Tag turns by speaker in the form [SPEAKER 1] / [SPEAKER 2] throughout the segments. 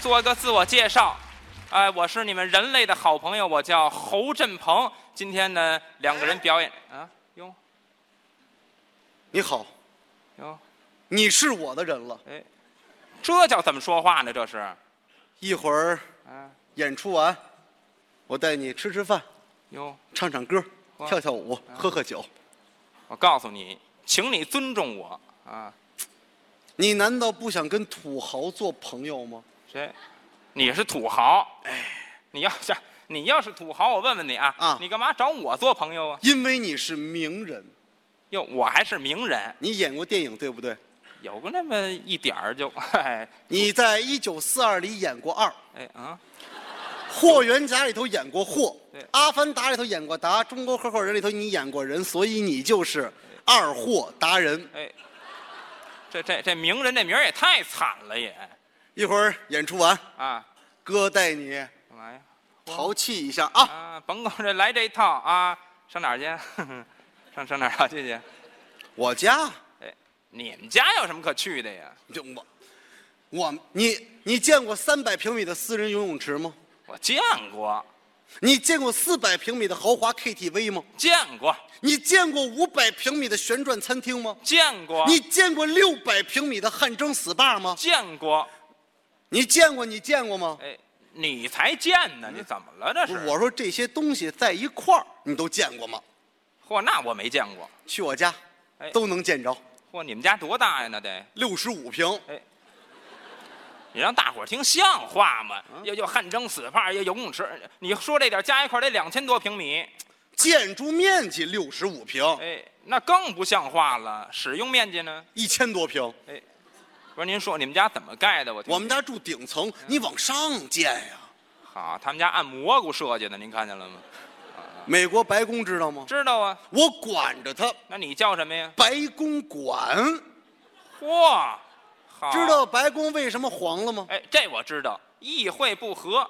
[SPEAKER 1] 做一个自我介绍。哎，我是你们人类的好朋友，我叫侯振鹏。今天呢，两个人表演啊，哟
[SPEAKER 2] 你好，
[SPEAKER 1] 哟，
[SPEAKER 2] 你是我的人了。
[SPEAKER 1] 哎，这叫怎么说话呢？这是，
[SPEAKER 2] 一会儿
[SPEAKER 1] 啊，
[SPEAKER 2] 演出完，我带你吃吃饭，
[SPEAKER 1] 哟，
[SPEAKER 2] 唱唱歌，
[SPEAKER 1] 哇啊
[SPEAKER 2] 跳跳舞，喝喝酒。
[SPEAKER 1] 我告诉你，请你尊重我啊。
[SPEAKER 2] 你难道不想跟土豪做朋友吗？
[SPEAKER 1] 谁？你是土豪？哎，你要是你要是土豪，我问问你啊，
[SPEAKER 2] 啊
[SPEAKER 1] 你干嘛找我做朋友啊？
[SPEAKER 2] 因为你是名人，
[SPEAKER 1] 哟，我还是名人，
[SPEAKER 2] 你演过电影对不对？
[SPEAKER 1] 有个那么一点儿就， 哎
[SPEAKER 2] 你在《一九四二》里演过二，《
[SPEAKER 1] 哎啊，
[SPEAKER 2] 霍元甲》里头演过霍，
[SPEAKER 1] 对
[SPEAKER 2] 《阿凡达》里头演过达，《中国合伙人》里头你演过人，所以你就是二货达人。
[SPEAKER 1] 哎，这这这名人这名儿也太惨了也
[SPEAKER 2] 一会儿演出完，
[SPEAKER 1] 啊，
[SPEAKER 2] 哥带你
[SPEAKER 1] 干嘛呀？
[SPEAKER 2] 淘气一下啊！
[SPEAKER 1] 啊，甭管这来这一套啊，上哪儿去？ 上上哪儿啊？去去？
[SPEAKER 2] 我家，
[SPEAKER 1] 哎，你们家有什么可去的呀？
[SPEAKER 2] 就我，我你你见过三百平米的私人游泳池吗？
[SPEAKER 1] 我见过，
[SPEAKER 2] 你见过四百平米的豪华 KTV 吗？
[SPEAKER 1] 见过，
[SPEAKER 2] 你见过五百平米的旋转餐厅吗？
[SPEAKER 1] 见过，
[SPEAKER 2] 你见过六百平米的汗蒸 SPA 吗？
[SPEAKER 1] 见过。
[SPEAKER 2] 你见过？你见过吗？
[SPEAKER 1] 哎，你才见呢！你怎么了？这
[SPEAKER 2] 不是，
[SPEAKER 1] 是
[SPEAKER 2] 嗯我说这些东西在一块儿，你都见过吗？
[SPEAKER 1] 嚯，那我没见过。
[SPEAKER 2] 去我家
[SPEAKER 1] 哎，
[SPEAKER 2] 都能见着，
[SPEAKER 1] 嚯，你们家多大呀？那得，
[SPEAKER 2] 六十五平。
[SPEAKER 1] 你让大伙儿听像话吗？
[SPEAKER 2] 嗯
[SPEAKER 1] 又又汗蒸死帕，又游泳池，你说这点加一块儿得两千多平米，
[SPEAKER 2] 建筑面积六十五平，
[SPEAKER 1] 哎，那更不像话了。使用面积呢？
[SPEAKER 2] 一千多平。
[SPEAKER 1] 嗯不是您说你们家怎么盖的？我听
[SPEAKER 2] 我们家住顶
[SPEAKER 1] 嗯
[SPEAKER 2] 层，你往上建呀。
[SPEAKER 1] 好，啊他们家按蘑菇设计的，您看见了吗？
[SPEAKER 2] 美国白宫知道吗？
[SPEAKER 1] 知道啊。
[SPEAKER 2] 我管着它，
[SPEAKER 1] 那你叫什么呀？
[SPEAKER 2] 白宫管。
[SPEAKER 1] 嚯，好，
[SPEAKER 2] 知。道白宫为什么黄了吗？
[SPEAKER 1] 哎，这我知道，议会不和。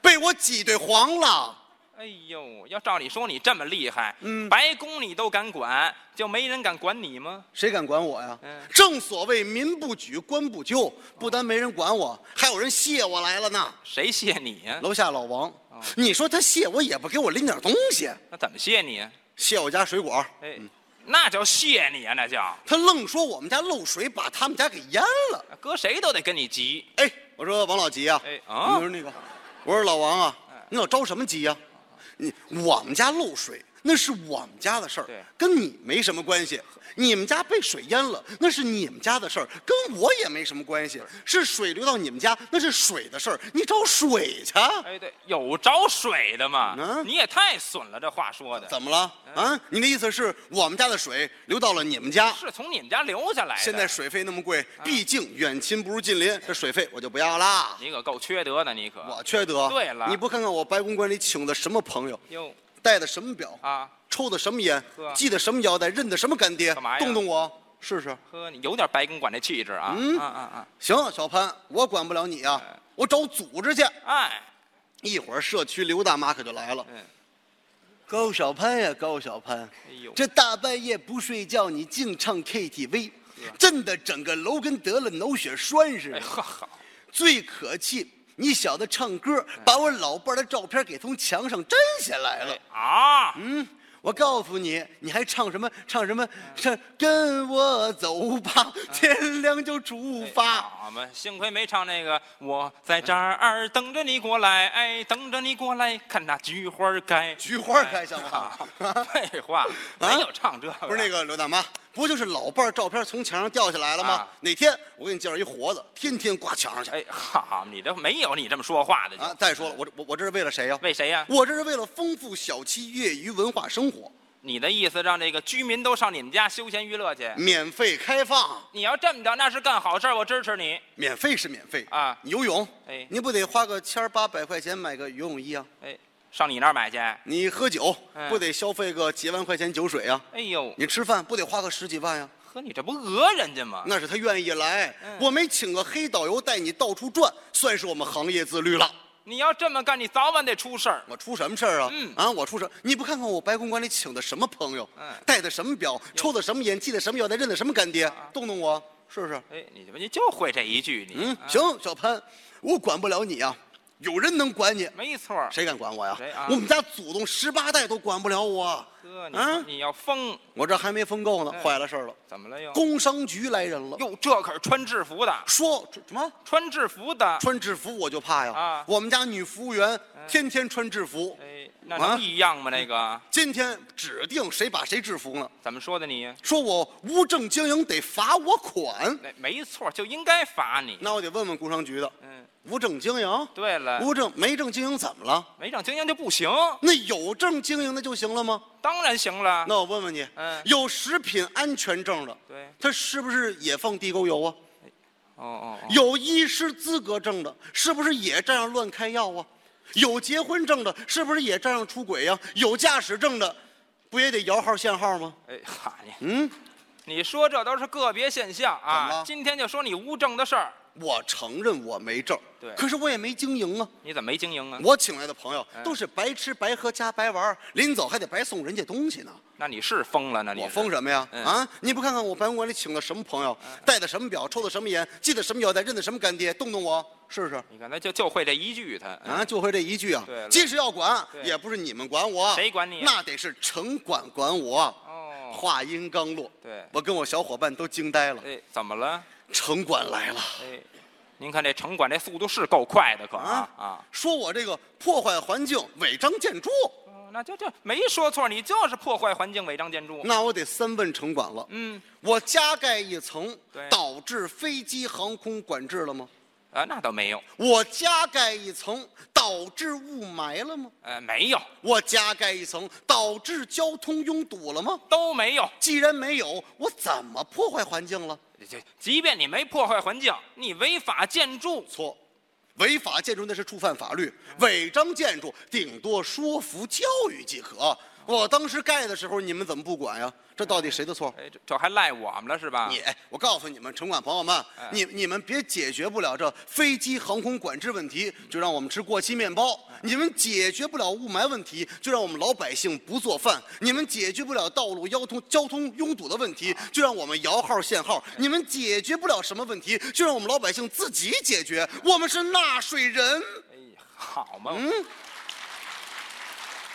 [SPEAKER 2] 被我挤兑黄了。
[SPEAKER 1] 哎呦，要照你说你这么厉害，
[SPEAKER 2] 嗯
[SPEAKER 1] 白宫你都敢管，就没人敢管你吗？
[SPEAKER 2] 谁敢管我呀？
[SPEAKER 1] 嗯
[SPEAKER 2] 正所谓民不举，官不究，不单没人管我，还有人谢我来了呢。
[SPEAKER 1] 谁谢你呀、
[SPEAKER 2] 楼下老王，你说他谢我也不给我拎点东西，
[SPEAKER 1] 那怎么谢你呀、
[SPEAKER 2] 谢我家水管，
[SPEAKER 1] 哎，那叫谢你呀、啊那叫
[SPEAKER 2] 他愣说我们家漏水把他们家给淹了。
[SPEAKER 1] 搁谁都得跟你急。
[SPEAKER 2] 哎，我说王老吉啊，
[SPEAKER 1] 哎啊哎
[SPEAKER 2] 我说那个，我说老王啊，你老着什么急呀、你我们家漏水那是我们家的事儿
[SPEAKER 1] 对，
[SPEAKER 2] 跟你没什么关系。你们家被水淹了那是你们家的事儿，跟我也没什么关系。是水流到你们家那是水的事儿，你找水去。啊
[SPEAKER 1] 哎，对，有找水的吗？
[SPEAKER 2] 嗯
[SPEAKER 1] 你也太损了，这话说的
[SPEAKER 2] 怎么了？
[SPEAKER 1] 哎
[SPEAKER 2] 啊，你的意思是我们家的水流到了你们家？
[SPEAKER 1] 是从你们家留下来的。
[SPEAKER 2] 现在水费那么贵，
[SPEAKER 1] 啊
[SPEAKER 2] 毕竟远亲不如近邻，这水费我就不要啦。
[SPEAKER 1] 你可够缺德的，你可
[SPEAKER 2] 我缺德。
[SPEAKER 1] 啊对了
[SPEAKER 2] 你不看看我白公馆里请的什么朋友，
[SPEAKER 1] 哟
[SPEAKER 2] 戴的什么表，
[SPEAKER 1] 啊
[SPEAKER 2] 抽的什么烟
[SPEAKER 1] 呵，
[SPEAKER 2] 系的什么腰带，认的什么干爹
[SPEAKER 1] 干嘛呀，
[SPEAKER 2] 动动我试试。
[SPEAKER 1] 呵，你有点白公馆这气质啊！嗯啊啊
[SPEAKER 2] 行，小潘，我管不了你啊，
[SPEAKER 1] 哎
[SPEAKER 2] 我找组织去。
[SPEAKER 1] 啊！哎，
[SPEAKER 2] 一会儿社区刘大妈可就来了。
[SPEAKER 1] 嗯，
[SPEAKER 2] 高小潘呀，高小潘，
[SPEAKER 1] 哎呦，
[SPEAKER 2] 这大半夜不睡觉，你净唱 KTV，震得整个楼跟得了脑血栓似
[SPEAKER 1] 啊哎
[SPEAKER 2] 的。
[SPEAKER 1] 呵好，
[SPEAKER 2] 最可气，你小子唱歌把我老伴儿的照片给从墙上摘下来了
[SPEAKER 1] 哎。啊，
[SPEAKER 2] 嗯，我告诉你，你还唱什么？唱什么？唱跟我走吧，
[SPEAKER 1] 哎
[SPEAKER 2] 天亮就出发。
[SPEAKER 1] 好嘛，幸亏没唱那个，我在这儿等着你过来，哎，等着你过来，看那菊花儿开。
[SPEAKER 2] 菊花开像话
[SPEAKER 1] 哎废话，没有唱这个。
[SPEAKER 2] 不是那
[SPEAKER 1] 个，
[SPEAKER 2] 个刘大妈，不就是老伴儿照片从墙上掉下来了吗？
[SPEAKER 1] 啊
[SPEAKER 2] 哪天我给你介绍一活的，天天挂墙上去。
[SPEAKER 1] 哎，好，你这没有你这么说话的就
[SPEAKER 2] 啊，再说了，我这我我这是为了谁呀、
[SPEAKER 1] 哎为谁呀？
[SPEAKER 2] 我这是为了丰富小区业余文化生活，
[SPEAKER 1] 你的意思让这个居民都上你们家休闲娱乐去？
[SPEAKER 2] 免费开放，
[SPEAKER 1] 你要这么着，那是干好事儿，我支持你。
[SPEAKER 2] 免费是免费
[SPEAKER 1] 啊
[SPEAKER 2] 你游泳，
[SPEAKER 1] 哎
[SPEAKER 2] 你不得花个千儿八百块钱买个游泳衣啊？
[SPEAKER 1] 哎，上你那儿买去？哎
[SPEAKER 2] 你喝酒
[SPEAKER 1] 嗯
[SPEAKER 2] 不得消费个几万块钱酒水啊？
[SPEAKER 1] 呦，
[SPEAKER 2] 你吃饭不得花个十几万呀、
[SPEAKER 1] 呵，你这不讹人家吗？
[SPEAKER 2] 那是他愿意来，
[SPEAKER 1] 嗯
[SPEAKER 2] 我没请个黑导游带你到处转，算是我们行业自律了。
[SPEAKER 1] 你要这么干，你早晚得出事儿。
[SPEAKER 2] 我出什么事儿啊？
[SPEAKER 1] 嗯
[SPEAKER 2] 啊，我出什？你不看看我白公馆里请的什么朋友，
[SPEAKER 1] 嗯
[SPEAKER 2] 戴的什么表，抽的什么烟，系的什么腰
[SPEAKER 1] 啊
[SPEAKER 2] 带，认的什么干爹，动动我，是不是？
[SPEAKER 1] 哎，你这不你就会这一句你？
[SPEAKER 2] 嗯，
[SPEAKER 1] 啊
[SPEAKER 2] 行，小潘，我管不了你啊，有人能管你，
[SPEAKER 1] 没错儿。
[SPEAKER 2] 谁敢管我呀
[SPEAKER 1] 谁啊？
[SPEAKER 2] 我们家祖宗十八代都管不了我，
[SPEAKER 1] 哥，你、
[SPEAKER 2] 啊
[SPEAKER 1] 你要疯，
[SPEAKER 2] 我这还没疯够呢，
[SPEAKER 1] 哎
[SPEAKER 2] 坏了事儿了，
[SPEAKER 1] 怎么了又？
[SPEAKER 2] 工商局来人了，
[SPEAKER 1] 哟，这可是穿制服的，
[SPEAKER 2] 说什么？
[SPEAKER 1] 穿制服的。
[SPEAKER 2] 穿制服我就怕呀！
[SPEAKER 1] 啊嗯
[SPEAKER 2] 我们家女服务员天天穿制服，
[SPEAKER 1] 哎，那
[SPEAKER 2] 啊
[SPEAKER 1] 能一样吗？那个
[SPEAKER 2] 今天指定谁把谁制服了。
[SPEAKER 1] 怎么说的你？
[SPEAKER 2] 说我无证经营得罚我款，
[SPEAKER 1] 那没错，就应该罚你。
[SPEAKER 2] 那我得问问工商局的，
[SPEAKER 1] 嗯，
[SPEAKER 2] 无证经营，
[SPEAKER 1] 对了，
[SPEAKER 2] 无证没证经营怎么了？
[SPEAKER 1] 没长经验就不行，
[SPEAKER 2] 那有证经营的就行了吗？
[SPEAKER 1] 当然行了。
[SPEAKER 2] 那我问问你
[SPEAKER 1] 嗯，
[SPEAKER 2] 有食品安全证的，
[SPEAKER 1] 对，
[SPEAKER 2] 他是不是也放地沟油啊？
[SPEAKER 1] 哦哦哦，
[SPEAKER 2] 有医师资格证的，是不是也这样乱开药啊？有结婚证的，是不是也这样出轨呀、有驾驶证的，不也得摇号限号吗？
[SPEAKER 1] 哎，哈你，
[SPEAKER 2] 嗯，
[SPEAKER 1] 你说这都是个别现象
[SPEAKER 2] 怎么
[SPEAKER 1] 啊。
[SPEAKER 2] 了
[SPEAKER 1] 今天就说你无证的事儿，
[SPEAKER 2] 我承认我没证，
[SPEAKER 1] 对
[SPEAKER 2] 可是我也没经营啊。
[SPEAKER 1] 你怎么没经营啊？
[SPEAKER 2] 我请来的朋友
[SPEAKER 1] 嗯
[SPEAKER 2] 都是白吃白喝加白玩儿，临走还得白送人家东西呢。
[SPEAKER 1] 那你是疯了？那你
[SPEAKER 2] 我
[SPEAKER 1] 是
[SPEAKER 2] 疯什么呀？
[SPEAKER 1] 嗯
[SPEAKER 2] 啊，你不看看我白公馆里请了什么朋友，戴的什么表，抽的什么烟，系的什么腰带，认的什么干爹，动动我试试
[SPEAKER 1] 你看他就就会这一句，他嗯
[SPEAKER 2] 啊！就会这一句啊
[SPEAKER 1] 对了。
[SPEAKER 2] 即使要管，
[SPEAKER 1] 对
[SPEAKER 2] 也不是你们管我，
[SPEAKER 1] 谁管你啊
[SPEAKER 2] 那得是城管管我。
[SPEAKER 1] 哦，
[SPEAKER 2] 话音刚落，
[SPEAKER 1] 对
[SPEAKER 2] 我跟我小伙伴都惊呆了，
[SPEAKER 1] 哎，怎么了？
[SPEAKER 2] 城管来了。
[SPEAKER 1] 哎，您看这城管这速度是够快的，可啊
[SPEAKER 2] 啊
[SPEAKER 1] 啊，
[SPEAKER 2] 说我这个破坏环境、违章建筑，
[SPEAKER 1] 哦那就就没说错，你就是破坏环境、违章建筑。
[SPEAKER 2] 那我得三问城管了。
[SPEAKER 1] 嗯
[SPEAKER 2] 我加盖一层
[SPEAKER 1] 对，
[SPEAKER 2] 导致飞机航空管制了吗？
[SPEAKER 1] 啊，那倒没有，
[SPEAKER 2] 我加盖一层，导致雾霾了吗？
[SPEAKER 1] 呃，没有，
[SPEAKER 2] 我加盖一层，导致交通拥堵了吗？
[SPEAKER 1] 都没有。
[SPEAKER 2] 既然没有，我怎么破坏环境了？
[SPEAKER 1] 这即便你没破坏环境，你违法建筑，
[SPEAKER 2] 错，违法建筑那是触犯法律，违章建筑顶多说服教育即可。我当时盖的时候，你们怎么不管呀？这到底谁的错？
[SPEAKER 1] 哎，这这还赖我们了是吧？
[SPEAKER 2] 你，哎我告诉你们，城管朋友们，你你们别解决不了这飞机航空管制问题，就让我们吃过期面包；你们解决不了雾霾问题，就让我们老百姓不做饭；你们解决不了道路交通交通拥堵的问题，就让我们摇号限号；你们解决不了什么问题，就让我们老百姓自己解决。我们是纳税人。
[SPEAKER 1] 哎，好嘛，
[SPEAKER 2] 嗯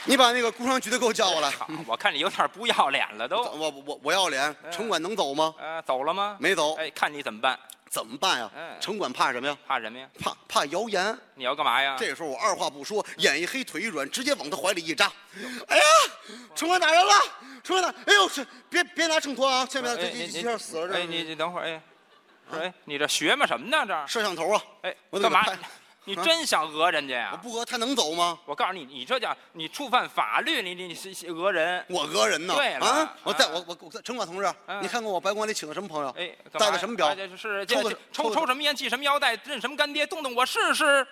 [SPEAKER 2] 你把那个工商局的给我叫过来，
[SPEAKER 1] 好，我看你有点不要脸了都。
[SPEAKER 2] 我我我要脸，城管能走吗？
[SPEAKER 1] 呃，走了吗？
[SPEAKER 2] 没走
[SPEAKER 1] 哎，看你怎么办？
[SPEAKER 2] 怎么办呀
[SPEAKER 1] 嗯？
[SPEAKER 2] 城管怕什么呀？
[SPEAKER 1] 怕什么呀？
[SPEAKER 2] 怕怕谣言。
[SPEAKER 1] 你要干嘛呀？
[SPEAKER 2] 这时候我二话不说，
[SPEAKER 1] 嗯
[SPEAKER 2] 眼一黑，腿一软，直接往他怀里一扎。哎呀，城管打人了！城管打，哎呦，这别别拿秤砣啊，下面
[SPEAKER 1] 哎
[SPEAKER 2] 这
[SPEAKER 1] 你
[SPEAKER 2] 这
[SPEAKER 1] 你
[SPEAKER 2] 这下死了这
[SPEAKER 1] 哎，你你等会儿，哎，不是哎，你这学嘛什么呢？这儿，
[SPEAKER 2] 摄像头啊！
[SPEAKER 1] 哎，
[SPEAKER 2] 我得
[SPEAKER 1] 干嘛
[SPEAKER 2] 拍？
[SPEAKER 1] 你
[SPEAKER 2] 啊
[SPEAKER 1] 真想讹人家
[SPEAKER 2] 我
[SPEAKER 1] 呀？
[SPEAKER 2] 不讹他能走吗？
[SPEAKER 1] 我告诉你，你这叫你触犯法律，你你你是是讹人。
[SPEAKER 2] 我讹人呢！
[SPEAKER 1] 对了
[SPEAKER 2] 啊，我在
[SPEAKER 1] 啊
[SPEAKER 2] 我我我城管同志，
[SPEAKER 1] 嗯
[SPEAKER 2] 你看看我白光里请的什么朋友？
[SPEAKER 1] 哎，干嘛
[SPEAKER 2] 戴
[SPEAKER 1] 呀
[SPEAKER 2] 的什么表
[SPEAKER 1] 哎？这是
[SPEAKER 2] 抽
[SPEAKER 1] 这
[SPEAKER 2] 的
[SPEAKER 1] 这
[SPEAKER 2] 抽
[SPEAKER 1] 抽
[SPEAKER 2] 的
[SPEAKER 1] 抽什么烟，系什么腰带，认什么干爹，动动我试试，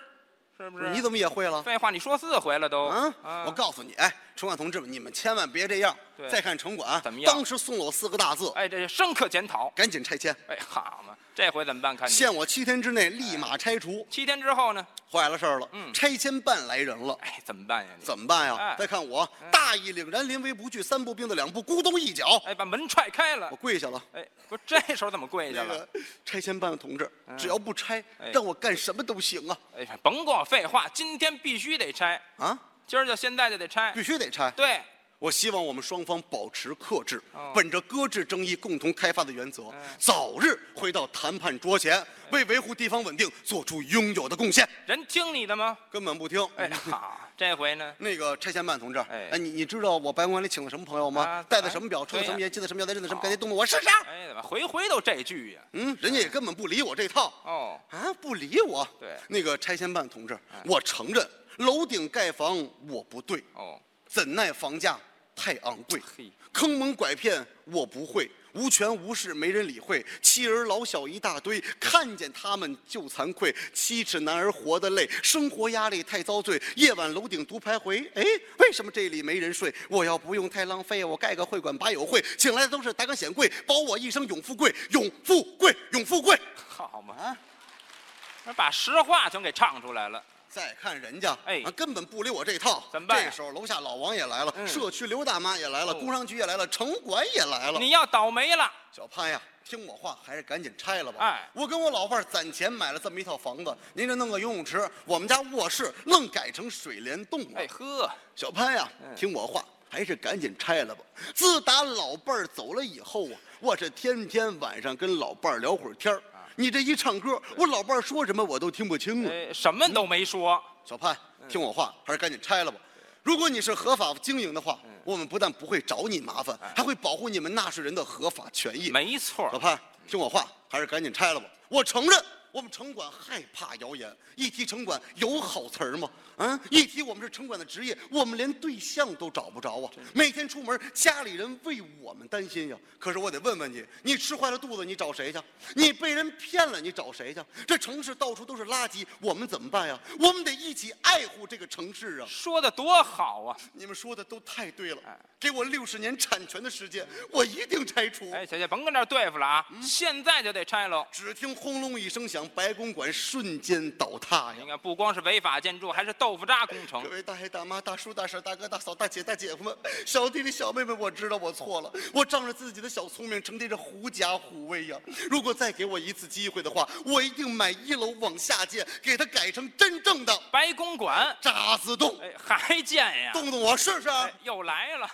[SPEAKER 1] 是不是？
[SPEAKER 2] 你怎么也会了？
[SPEAKER 1] 废话，你说四回了都。
[SPEAKER 2] 啊！我告诉你，哎，城管同志们，你们千万别这样
[SPEAKER 1] 对。
[SPEAKER 2] 再看城管，
[SPEAKER 1] 怎么样
[SPEAKER 2] 当时送了我四个大字：
[SPEAKER 1] 哎，这是深刻检讨。
[SPEAKER 2] 赶紧拆迁，
[SPEAKER 1] 哎，好嘛，这回怎么办？看你
[SPEAKER 2] 限我七天之内立马拆除。
[SPEAKER 1] 七天之后呢？
[SPEAKER 2] 坏了事儿了，
[SPEAKER 1] 嗯
[SPEAKER 2] 拆迁办来人了。
[SPEAKER 1] 哎，怎么办呀？你
[SPEAKER 2] 怎么办呀
[SPEAKER 1] 哎？
[SPEAKER 2] 再看我大义凛然，临危不惧，三步并作两步，咕咚一脚，
[SPEAKER 1] 哎，把门踹开了
[SPEAKER 2] 我。跪下了。
[SPEAKER 1] 哎，不是，这时候怎么跪下
[SPEAKER 2] 那
[SPEAKER 1] 了？嗯
[SPEAKER 2] 个拆迁办的同志，只要不拆
[SPEAKER 1] 哎，
[SPEAKER 2] 让我干什么都行啊！
[SPEAKER 1] 哎，甭跟我废话，今天必须得拆，
[SPEAKER 2] 啊，
[SPEAKER 1] 今儿就现在就得拆
[SPEAKER 2] 必。须得拆。
[SPEAKER 1] 对，
[SPEAKER 2] 我希望我们双方保持克制
[SPEAKER 1] 哦，嗯
[SPEAKER 2] 本着搁置争议、共同开发的原则，早日回到谈判桌
[SPEAKER 1] 哎
[SPEAKER 2] 前，为维护地方稳定做出应有的贡献。
[SPEAKER 1] 人听你的吗？
[SPEAKER 2] 根本不听。
[SPEAKER 1] 哎，好，这回呢？
[SPEAKER 2] 那个拆迁办同志，
[SPEAKER 1] 哎
[SPEAKER 2] 哎，你你知道我白宫里请的什么朋友吗
[SPEAKER 1] 啊？
[SPEAKER 2] 带的什么表，
[SPEAKER 1] 哎
[SPEAKER 2] 抽的什么
[SPEAKER 1] 对呀哦
[SPEAKER 2] 烟，系的什么腰带，认的什么
[SPEAKER 1] 好
[SPEAKER 2] 干爹，动了我试试。
[SPEAKER 1] 哎，怎么回回都这句呀？
[SPEAKER 2] 嗯，人家也根本不理我这套。
[SPEAKER 1] 哦，
[SPEAKER 2] 啊，不理我。
[SPEAKER 1] 对
[SPEAKER 2] 那个拆迁办同志，我承认楼顶盖房我不对，
[SPEAKER 1] 哦，
[SPEAKER 2] 怎奈房价太昂贵，
[SPEAKER 1] 嘿，
[SPEAKER 2] 坑蒙拐骗我不会，无权无势没人理会，妻儿老小一大堆，看见他们就惭愧，七尺男儿活得累，生活压力太遭罪，夜晚楼顶独徘徊。哎，为什么这里没人睡？我要不用太浪费，我盖个会馆把友会，请来的都是达官显贵，保我一生永富贵，永富贵，永富贵。
[SPEAKER 1] 好嘛，
[SPEAKER 2] 啊，
[SPEAKER 1] 那把实话全给唱出来了。
[SPEAKER 2] 再看人家，
[SPEAKER 1] 哎
[SPEAKER 2] 啊根本不理我这套。
[SPEAKER 1] 怎么办呀
[SPEAKER 2] 这时候楼下老王也来了，
[SPEAKER 1] 嗯
[SPEAKER 2] 社区刘大妈也来了，
[SPEAKER 1] 哦
[SPEAKER 2] 工商局也来了，城管也来了。
[SPEAKER 1] 你要倒霉了。
[SPEAKER 2] 小潘呀，听我话，还是赶紧拆了吧。
[SPEAKER 1] 哎
[SPEAKER 2] 我跟我老伴儿攒钱买了这么一套房子，您这弄个游泳池，我们家卧室愣改成水帘洞了。
[SPEAKER 1] 哎呵，
[SPEAKER 2] 小潘呀，
[SPEAKER 1] 嗯
[SPEAKER 2] 听我话，还是赶紧拆了吧。自打老伴儿走了以后啊，我这天天晚上跟老伴儿聊会儿天儿。你这一唱歌，我老伴儿说什么我都听不清啊了。
[SPEAKER 1] 啊哎，什么都没说。
[SPEAKER 2] 小潘，听我话，还是赶紧拆了吧。如果你是合法经营的话，我们不但不会找你麻烦，还会保护你们纳税人的合法权益。
[SPEAKER 1] 没错儿，
[SPEAKER 2] 老潘，听我话，还是赶紧拆了吧。我承认，我们城管害怕谣言。一提城管，有好词儿吗？嗯，一提我们是城管的职业，我们连对象都找不着啊。每天出门，家里人为我们担心呀。可是我得问问你，你吃坏了肚子，你找谁去？你被人骗了，你找谁去？这城市到处都是垃圾，我们怎么办呀？我们得一起爱护这个城市啊！
[SPEAKER 1] 说的多好啊！
[SPEAKER 2] 你们说的都太对了
[SPEAKER 1] 哎，
[SPEAKER 2] 给我六十年产权的时间，我一定拆除。啊
[SPEAKER 1] 哎，姐姐甭跟这儿对付了啊，
[SPEAKER 2] 嗯
[SPEAKER 1] 现在就得拆喽。
[SPEAKER 2] 只听轰隆一声响，白公馆瞬间倒塌
[SPEAKER 1] 你
[SPEAKER 2] 呀！
[SPEAKER 1] 看，不光是违法建筑，还是豆腐渣工
[SPEAKER 2] 各
[SPEAKER 1] 程。
[SPEAKER 2] 位大爷、大妈、大叔、大婶、大哥、大嫂、大姐、大姐夫们，小弟弟、小妹妹，我知道我错了，我仗着自己的小聪明，成天是狐假虎威呀！如果再给我一次机会的话，我一定买一楼往下建，给它改成真正的
[SPEAKER 1] 白公馆，
[SPEAKER 2] 渣滓洞，
[SPEAKER 1] 哎，还建呀？
[SPEAKER 2] 动动我试试啊。
[SPEAKER 1] 哎，又来了。